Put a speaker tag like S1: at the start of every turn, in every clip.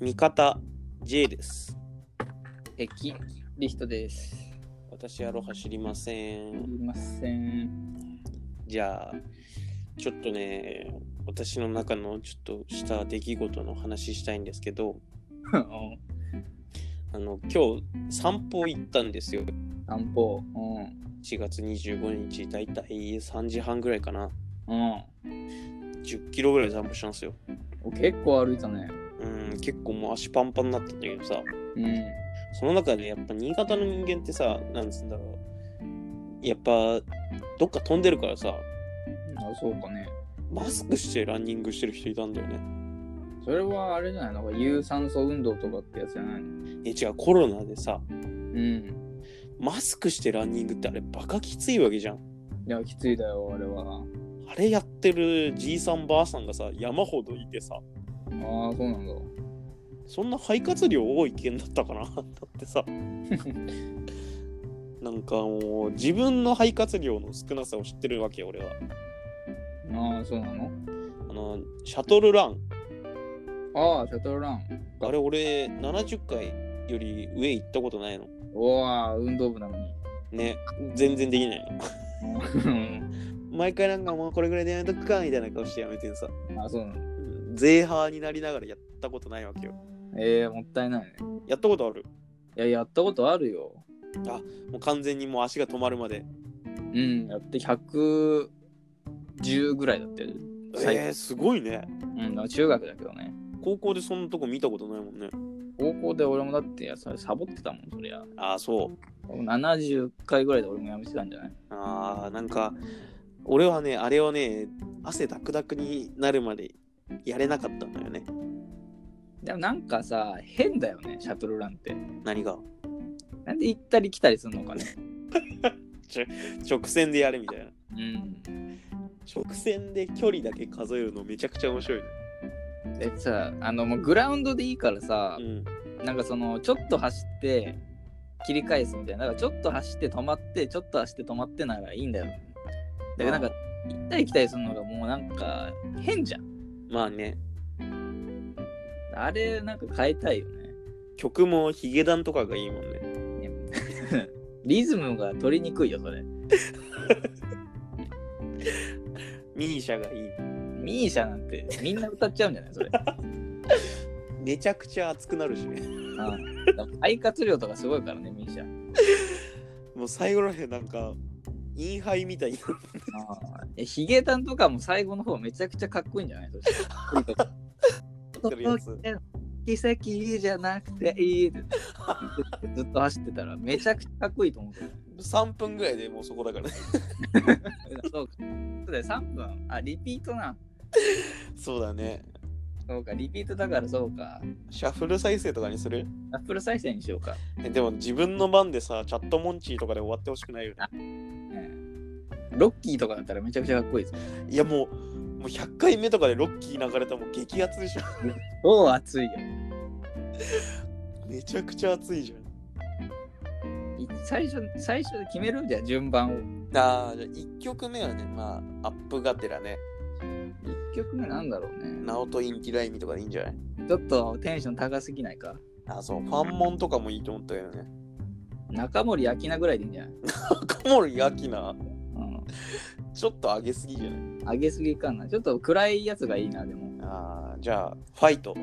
S1: 味方 J です。
S2: 敵リヒトです。す
S1: 私アロハ知りませ
S2: い
S1: ん。
S2: ません。
S1: じゃあ、ちょっとね、私の中のちょっとした出来事の話したいんですけど、あの、今日散歩行ったんですよ。
S2: 散歩。うん。
S1: 4月25日、だいたい3時半ぐらいかな。
S2: うん。
S1: 10キロぐらい散歩したんですよ。
S2: お結構歩いたね。
S1: うん、結構もう足パンパンになったんだけどさ、
S2: うん。
S1: その中でやっぱ新潟の人間ってさ、なんつうんだろう。やっぱ、どっか飛んでるからさ、
S2: あそうかね。
S1: マスクしてランニングしてる人いたんだよね。
S2: それはあれじゃないのなんか有酸素運動とかってやつじゃないの
S1: え、違う、コロナでさ、
S2: うん。
S1: マスクしてランニングってあれバカきついわけじゃん。
S2: いや、きついだよ、あれは。
S1: あれやってるじいさんばあさんがさ、山ほどいてさ、
S2: ああ、そうなんだ。
S1: そんな肺活量多い県だったかな だってさ。なんかもう自分の肺活量の少なさを知ってるわけよ俺は
S2: ああ、そうなの
S1: あのシャトルラン
S2: ああ、シャトルラン。
S1: あれ俺70回より上行ったことないの
S2: おわ、運動部なのに。
S1: ね全然できないの
S2: うん
S1: 毎回なんかもうこれぐらいでやめとくかみたいな顔してやめてさ
S2: あそうなの。
S1: ゼーハーになりながらやったことないわけよ。
S2: ええもったいないね。
S1: やったことある。
S2: いや、やったことあるよ。
S1: もう完全にもう足が止まるまで。
S2: うん、やって110ぐらいだったよ。最
S1: えー、すごいね。
S2: うん、だから中学だけどね。
S1: 高校でそんなとこ見たことないもんね。
S2: 高校で俺もだってや、それサボってたもん、そりゃ。
S1: ああ、そう。
S2: 70回ぐらいで俺もやめてたんじゃない
S1: ああ、なんか、俺はね、あれをね、汗ダクダクになるまでやれなかったんだよね。
S2: でもなんかさ、変だよね、シャトルランって。
S1: 何が
S2: なんで行ったり来たりするのかね。
S1: 直線でやれみたいな。
S2: うん。
S1: 直線で距離だけ数えるのめちゃくちゃ面白いね。
S2: でさ、あの、もうグラウンドでいいからさ、
S1: うん。
S2: なんかその、ちょっと走って、切り返すみたいな。なんかちょっと走って止まって、ちょっと走って止まってならいいんだよ。だけどなんか、行ったり来たりするのがもうなんか、変じゃん。
S1: まあね、
S2: あれ、なんか変えたいよね。
S1: 曲もヒゲダンとかがいいもんね。
S2: ねリズムが取りにくいよ、それ。
S1: ミーシャがいい。
S2: ミーシャなんてみんな歌っちゃうんじゃないそれ。
S1: めちゃくちゃ熱くなるしね。
S2: うん肺活量とかすごいからね、ミーシャ。
S1: もう最後らへんなんか、インハイみたいに。
S2: えヒゲダンとかも最後の方めちゃくちゃかっこいいんじゃないそしたら
S1: ってるやつ
S2: 奇跡じゃなくていいって ずっと走ってたらめちゃくちゃかっこいいと思うけど。
S1: 3分ぐらいでもうそこだからね。
S2: そうか。そうだよ、3分。あ、リピートな。
S1: そうだね。
S2: そうか、リピートだからそうか。
S1: シャッフル再生とかにする
S2: アップル再生にしようか。
S1: えでも自分の番でさ、チャットモンチーとかで終わってほしくないよね。
S2: うんロッキーとかだったらめちゃくちゃかっこいいです。
S1: いやもう、もう100回目とかでロッキー流れたらもう激アツでしょ。
S2: おお、熱いよ。
S1: めちゃくちゃ熱いじゃん。
S2: い最初、最初で決めるじゃあ順番を。
S1: ああ、じゃあ1曲目はね、まあ、アップがてらね、
S2: 1曲目なんだろうね。
S1: ナオトインティライミとかでいいんじゃない
S2: ちょっとテンション高すぎないか。
S1: あーそう、ファンモンとかもいいと思ったけどね。
S2: 中森明菜ぐらいでいいんじゃない
S1: 赤森明菜、
S2: う
S1: ちょっと上げすぎじゃない
S2: ん。上げすぎかな。ちょっと暗いやつがいいな、でも。
S1: ああ、じゃあ、ファイト。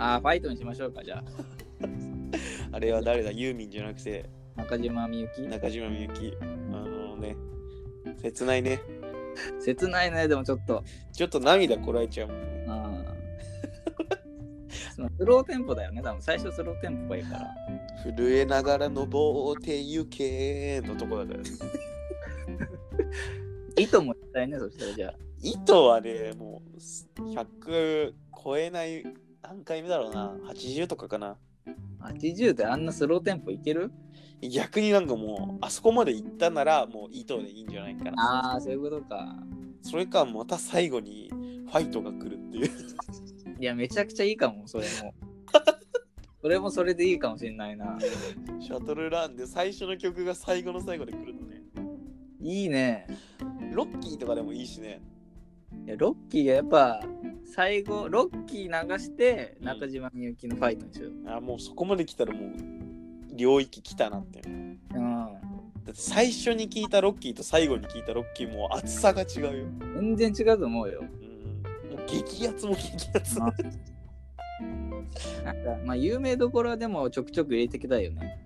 S2: ああ、ファイトにしましょうか、じゃあ。
S1: あれは誰だユーミンじゃなくて
S2: 中島みゆき。
S1: 中島みゆき。あのね、切ないね。
S2: 切ないね、でもちょっと。
S1: ちょっと涙こらえちゃうもんね。
S2: うん。 そのスローテンポだよね、多分。最初スローテンポがいいから。
S1: 震えながら登ってゆけのとこだから、ね。
S2: 糸もしたいね、そしたらじゃあ。
S1: 糸はね、もう100超えない何回目だろうな。80とかかな。
S2: 80であんなスローテンポいける
S1: 逆になんかもう、あそこまで行ったならもう糸でいいんじゃないかな。
S2: ああ、そういうことか。
S1: それかまた最後にファイトが来るっていう。
S2: いや、めちゃくちゃいいかも、それも。それもそれでいいかもしれないな。
S1: シャトルランで最初の曲が最後の最後で来るのね。
S2: いいね。
S1: ロッキーとかでもいいしね。
S2: いやロッキーがやっぱ最後ロッキー流して中島みゆきのファイトにしよう、
S1: あもうそこまで来たらもう領域来たなっていう
S2: うん
S1: だって最初に聞いたロッキーと最後に聞いたロッキーもう厚さが違うよ、
S2: 全然違うと思うよ
S1: うん、もう激アツも激アツ
S2: あなんかまあ有名どころはでもちょくちょく入れてきたいよね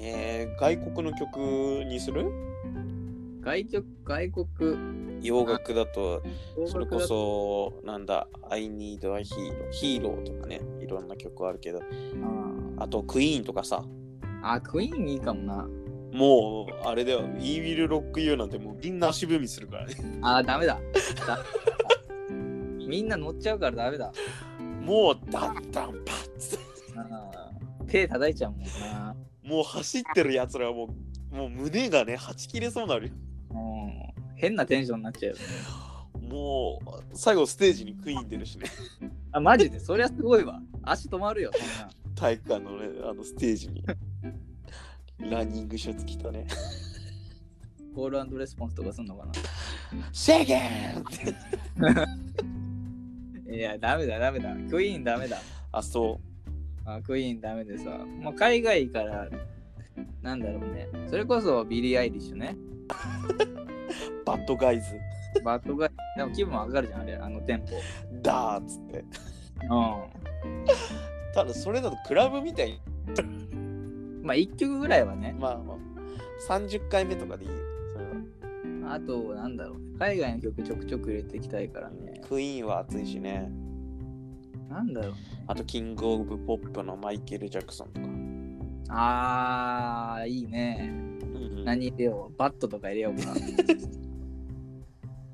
S1: えー、外国の曲にする
S2: 外曲外国
S1: 洋楽だと
S2: 洋
S1: それ
S2: 楽
S1: こ
S2: だと
S1: そなんだ「I Need a Hero」「ヒーロー」とかねいろんな曲あるけどあとクイーンとかさ
S2: あークイーンいいかもな
S1: もうあれだよ「イービル・ロック・ユー」なんてもうみんな足踏みするからね
S2: あーダメだだ みんな乗っちゃうからダメだ
S1: もうダンダンパッツ
S2: あー手叩いちゃうもんな
S1: もう走ってるやつらはもうもう胸がねはち切れそうになるよ
S2: うん変なテンションになっちゃうよ
S1: もう最後ステージにクイーン出るしね
S2: あマジでそりゃすごいわ足止まるよそんな
S1: 体育館のねあのステージにランニングシャツ着たね
S2: コールレスポンスとかすんのか
S1: 「シェーゲーン!」って
S2: ないやダメだダメだクイーンダメだ
S1: あそ
S2: あクイーンダメでさ、まあ、海外からなんだろうねそれこそビリー・アイリッシュ
S1: う
S2: ね
S1: バッドガイズ
S2: バットがでも気分上がるじゃんあれあのテンポ
S1: だーっつって
S2: う
S1: ただそれだとクラブみたいに
S2: んまあ1曲ぐらいはね
S1: まあまあ30回目とかでいいよそれは
S2: あとなんだろうね海外の曲ちょくちょく入れていきたいからね
S1: クイーンは熱いしね
S2: なんだろうね
S1: あとキングオブポップのマイケル・ジャクソンとか、
S2: あーいいね
S1: 何
S2: 何入れようバットとか入れようかな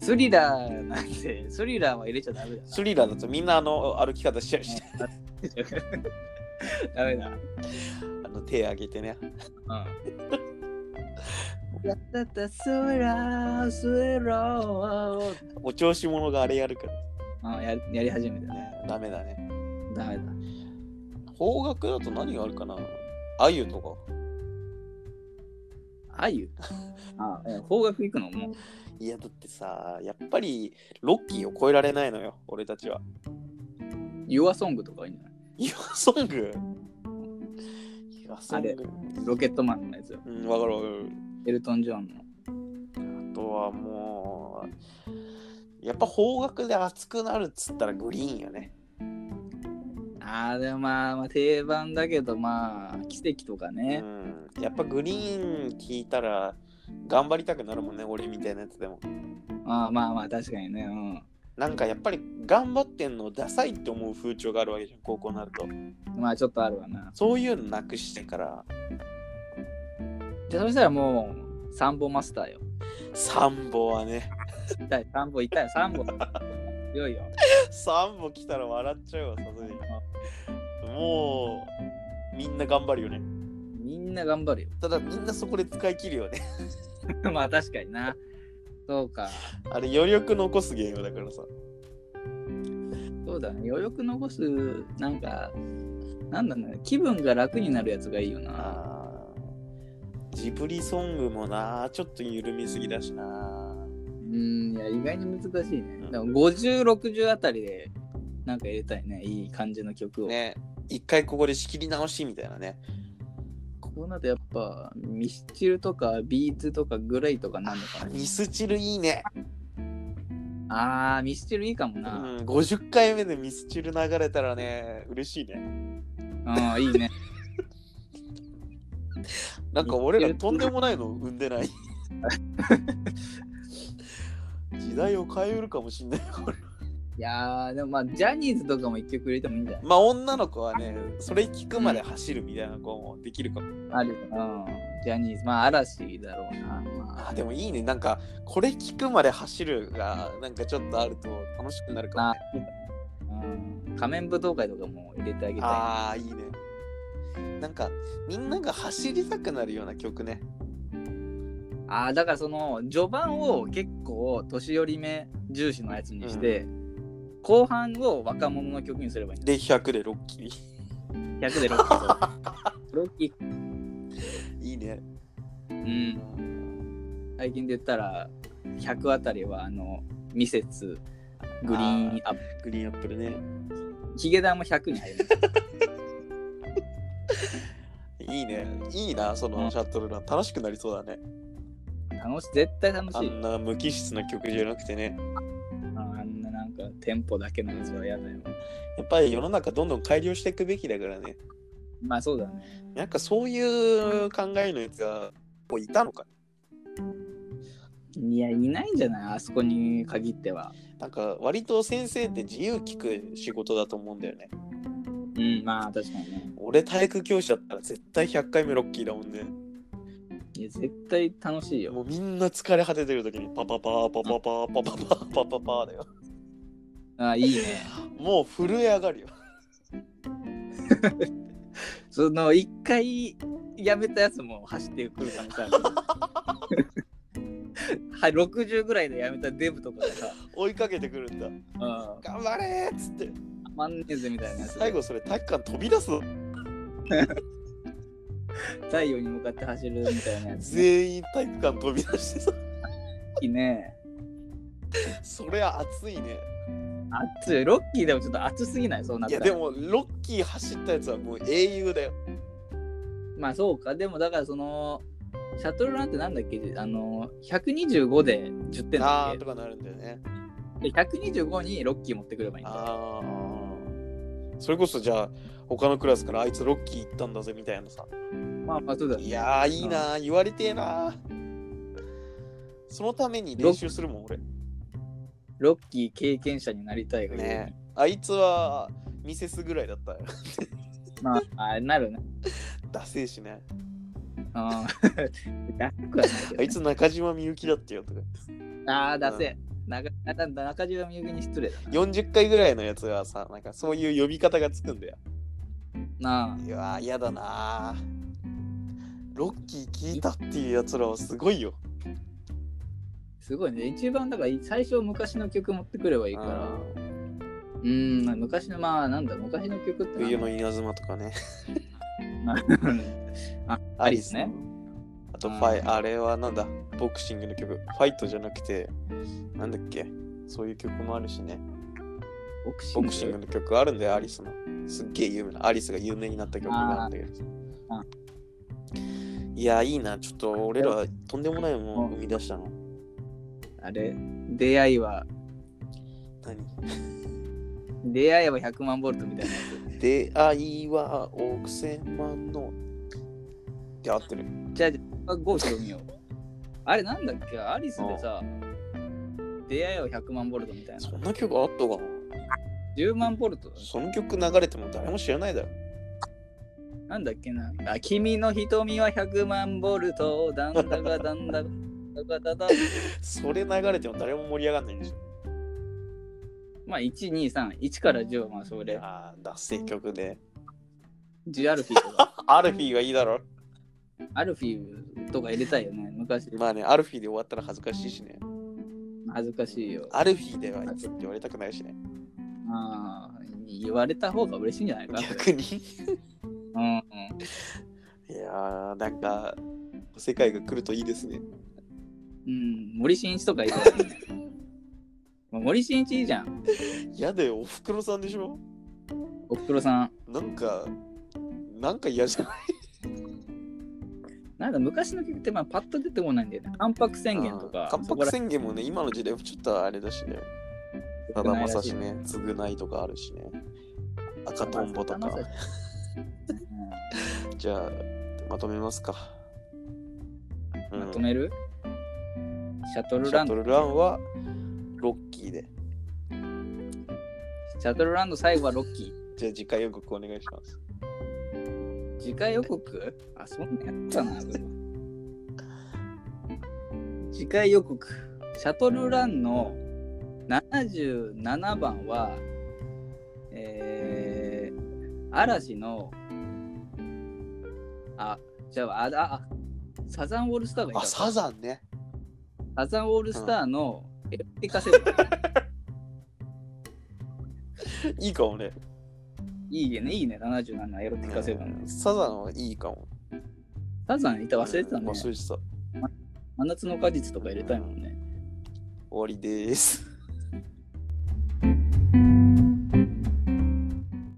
S2: スリラーなんてスリラーは入れちゃダメだ
S1: スリラーだとみんなあの歩き方しちゃうしね
S2: な ダメだ
S1: あの手上げてね
S2: うん。やったったスラースラー
S1: お調子者があれやるから
S2: あややり始めたね。
S1: ねダメだね
S2: ダメだ。
S1: 邦楽だと何があるかなあゆとか
S2: あゆあ、え方角行くのもう。
S1: いやだってさやっぱりロッキーを超えられないのよ俺たちは
S2: Your Song とかいいんじゃない
S1: ユアソングユアソン
S2: あれ
S1: グ
S2: ロケットマンのやつよ。
S1: うんわかるわかる
S2: エルトン・ジョンの。
S1: あとはもう、やっぱ方角で熱くなるっつったらグリーンよね。
S2: ああ、でもまあ、まあ、定番だけど、まあ、奇跡とか
S1: う
S2: ね。
S1: ん、やっぱグリーン聞いたら頑張りたくなるもんね、俺みたいなやつでも。
S2: ああまあまあ、確かにね。う
S1: なんかやっぱり頑張ってんのダサいって思う風潮があるわけじゃん、高校になると。
S2: ん。まあ、ちょっとあるわな。
S1: そういうのなくしてから、
S2: じゃあそしたらもう、サンボマスターよ。
S1: サンボはね、
S2: 痛い、サンボ痛い、サンボ。強いよ。
S1: サンボ来たら笑っちゃうわ、さすがに。もう、みんな頑張るよね。
S2: みんな頑張るよ。
S1: ただみんなそこで使い切るよね。
S2: まあ確かにな。そうか。
S1: あれ余力残すゲームだからさ。
S2: そうだね。余力残す、なんか、なんだろうね。気分が楽になるやつがいいよな。
S1: あージブリソングもなちょっと緩みすぎだしな
S2: うん、いや、意外に難しいね
S1: う。ん
S2: でも50、60あたりで、なんか入れたいね。いい感じの曲を。
S1: ね一回ここで仕切り直しみたいなね
S2: こうなるとやっぱ、ミスチルとか、ビーツとか、グレイとかなんのかな。
S1: ミスチルいいね、
S2: あー、ミスチルいいかも
S1: う
S2: な。
S1: ん、50回目でミスチル流れたらね嬉しいね
S2: うん、いいね。
S1: なんか俺らとんでもないの生んでない時代を変えるかもしんないこれ
S2: いやー、でもまあ、ジャニーズとかも一曲入れてもいいんじゃない
S1: まあ女の子はねそれ聞くまで走るみたいな子もできるかも、
S2: あるうん。ジャニーズ、まあ、嵐だろうな。ま
S1: あでもいいねなんかこれ聞くまで走るがなんかちょっとあると楽しくなるかも、ね、
S2: あ、うん。仮面舞踏会とかも入れてあげたい。
S1: ああいいねなんかみんなが走りたくなるような曲ね
S2: ああだからその序盤を結構年寄り目重視のやつにして、後半を若者の曲にすればいいんだ
S1: で100でロッキー
S2: 100でロッキーロッキー
S1: いいね
S2: うん最近で言ったら100あたりはあのミセス、グリーンアッ
S1: グ
S2: プ。
S1: リーンアップルね。
S2: ヒゲダンも100に入る。
S1: いいね。いいな、そのシャトルラン。楽しくなりそうだね。
S2: 楽しい、絶対楽
S1: あ
S2: しいよ。
S1: んな無機質な曲じゃなくてね。
S2: あんななんかテンポだけのやつは嫌だよ。
S1: やっぱり世の中どんどん改良していくべきだからね。
S2: まあそうだね。
S1: なんかそういう考えのやつがこういたのか。
S2: いや、いないんじゃないあそこに限っては。
S1: なんか割と先生って自由聞く仕事だと思うんだよね。
S2: うん、まあ確かにね。
S1: 俺体育教師だったら絶対100回目ロッキーだもんね。
S2: いや、絶対楽しいよ。
S1: もうみんな疲れ果ててる時にパパパーパパパーパパパーパパパーだよ。
S2: あいいね。
S1: もう震え上がるよ。
S2: その、一回やめたやつも走ってくるからさ。 はい、60ぐらいでやめたデブとかがさ、
S1: 追いかけてくるんだ。
S2: う
S1: 頑張れーっつって。
S2: ん、マンネーズみたいなやつ
S1: 最後それ体育館飛び出すの。
S2: 太陽に向かって走るみたいなやつ、ね、
S1: 全員体育館飛び出して さ。
S2: いいね
S1: それは熱いね。
S2: 熱いロッキーでもちょっと熱すぎないそうなっ
S1: いや
S2: たら
S1: でもロッキー走ったやつはもう英雄だよ。
S2: まあそうかでもだからそのシャトルランってなんだっけあの125で10点だ
S1: あ
S2: っ
S1: ーとかなるんだよね。
S2: けで125にロッキー持ってくればいいんだよ
S1: ああそれこそじゃあ他のクラスからあいつロッキー行ったんだぜみたいなさ
S2: まあまあそうだね
S1: いやーいいなー言われてえなーそのために練習するもん俺
S2: ロッキー経験者になりたいがゆえに
S1: ねあいつはミセスぐらいだったよ
S2: まあまあなるね
S1: ダセえしね
S2: あ ダサくはないけどね、
S1: あいつ中島みゆきだったよとか
S2: ああダセなかなか中島みゆきに失礼だ
S1: 40回ぐらいのやつはさなんかそういう呼び方がつくんだよ
S2: なあ
S1: いやー嫌だなーロッキー聞いたっていうやつらはすごいよ
S2: すごいね一番だから最初昔の曲持ってくればいいから
S1: うん
S2: うーん、まあ昔の、まあ、なんだ、昔の曲ってなん
S1: 冬
S2: だ
S1: の稲妻とか ね
S2: ろうな
S1: ア
S2: ア
S1: リ
S2: リ
S1: ス
S2: ス
S1: ね
S2: ね。
S1: あとファイ、あれはなんだ、ボクシングの曲。ファイトじゃなくて、なんだっけ、そういう曲もあるしね。
S2: ボクシ
S1: ボ
S2: ング。
S1: クシングの曲あるんだよ、アリスの。すっげえ有名な、アリスが有名になった曲があるんだけどさ
S2: あ。
S1: いや、いいな、ちょっと俺らとんでもないもの生み出したの。
S2: あれ、出会いは、
S1: 何
S2: 出会いは100万ボルトみたいなや
S1: 出会いは億千万の。って合ってる。
S2: つ。じゃあ、じゃあ、ゴー読みよう。あれ、なんだっけ、アリスでさ、出会いは100万ボルトみたいな
S1: そ。んな曲あったかな
S2: 10万ボルト
S1: その曲流れても誰も知らないだろ。
S2: なんだっけな。あ、君の瞳は100万ボルト、だんだがだんだが。だがだだ
S1: それ流れても誰も盛り上がんないでしょ。
S2: まあ1、2、3、1から10はまあそれ、
S1: ああ、ダセえ曲で。
S2: ジュアルフィーとか、
S1: アルフィーがいいだろ。
S2: アルフィーとか入れたいよね、昔。
S1: まあね、アルフィーで終わったら恥ずかしいしね。
S2: 恥ずかしいよ。
S1: アルフィーではいつって言われたくないしね。
S2: ああ、言われた方が嬉しいんじゃないかな。
S1: 逆に。 い
S2: うんうん、
S1: やー、なんか、世界が来るといいですね。
S2: うん、森進一とかいいからね。まあ森進一いいじゃん。
S1: やだよ、おふくろさんでしょ
S2: おふくろさん。
S1: なんか、なんか嫌じゃない
S2: なんか昔の曲ってまあパッと出てこないんだよね。関白宣言とか。
S1: 関白宣言もね、今の時代もちょっとあれだしね。
S2: そ
S1: さだ
S2: こら
S1: ま
S2: 辺
S1: さ
S2: らい
S1: しね、つぐないとかあるしね。赤とんぼとか
S2: さだ。ま さし
S1: じゃあ、まとめますか。
S2: う
S1: うんん
S2: まとめるシャトル
S1: シ
S2: ラ
S1: ャ
S2: ン
S1: ト
S2: ド。
S1: ルランはロッキーで。
S2: シャトルランド最後はロッキー。
S1: じゃあ次回予告お願いします。
S2: 次回予告あ、そんなんやったな。俺次回予告。シャトルランの77番は、えー、嵐の、あ、じゃあ、あ、ああサザンオールスターがいた
S1: あ、
S2: わ
S1: サザンね。
S2: サザンオールスターのエロティカセブン。
S1: いいかもね。
S2: いいね、いいね、77エロティカセブン。
S1: サザンはいいかも。
S2: サザンいた忘れてた
S1: うん
S2: ね。
S1: 忘れてた。終
S2: 真夏の果実とか入れたいもんね。
S1: わりです。